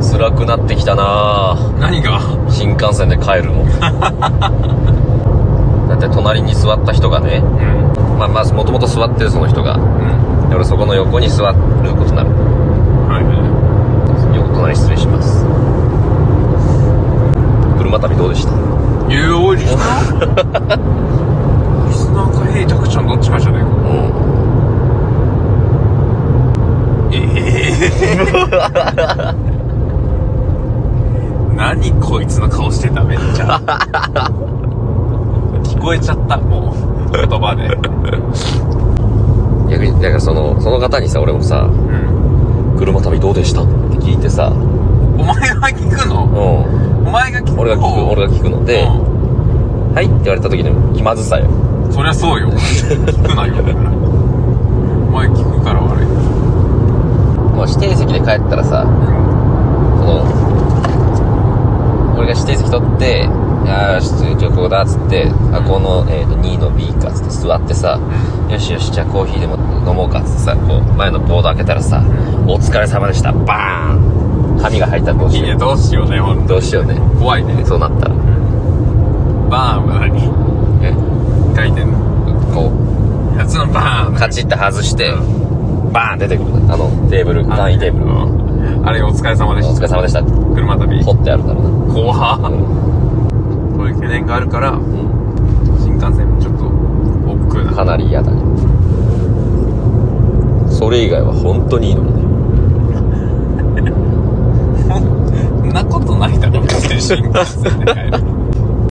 辛くなってきたな何が新幹線で帰るの だって隣に座った人がねうんまあまあもともと座ってるその人がうんで俺そこの横に座ることになるはいは横隣失礼します車旅どうでしたいやおい リスナーリスナーかヘイタクちゃんどっちかじゃねえかうんええ何こいつの顔してためっちゃ聞こえちゃったもう言葉で逆にだからそのその方にさ俺もさうん「車旅どうでした?」って聞いてさお前が聞くうのんお前が聞く俺が聞く俺が聞くのでう「んはい」って言われた時の気まずさよそりゃそうよ聞くなよだからお前聞くから悪いもう指定席で帰ったらさその俺が指定席取って「ああじゃあここだ」っつって「あこの、えー、と2の B か」っつって座ってさ「よしよしじゃあコーヒーでも飲もうか」っつってさこう前のボード開けたらさ「お疲れ様でした」バーン紙が入ったらどういしいねよどうしようねほんうとどうしようね怖いねそうなったらバーンは何え書いてんのこうやつのバーンカチッて外してバーン出てくるあのテーブル簡易テーブルうんあれお疲れ様でおし疲れた様でした車旅掘ってあるだろうな後半うそういう懸念があるからん新幹線もちょっと億劫うんなかなり嫌だねそれ以外は本当にいいのにねそんなことないだろ別に新幹線で帰る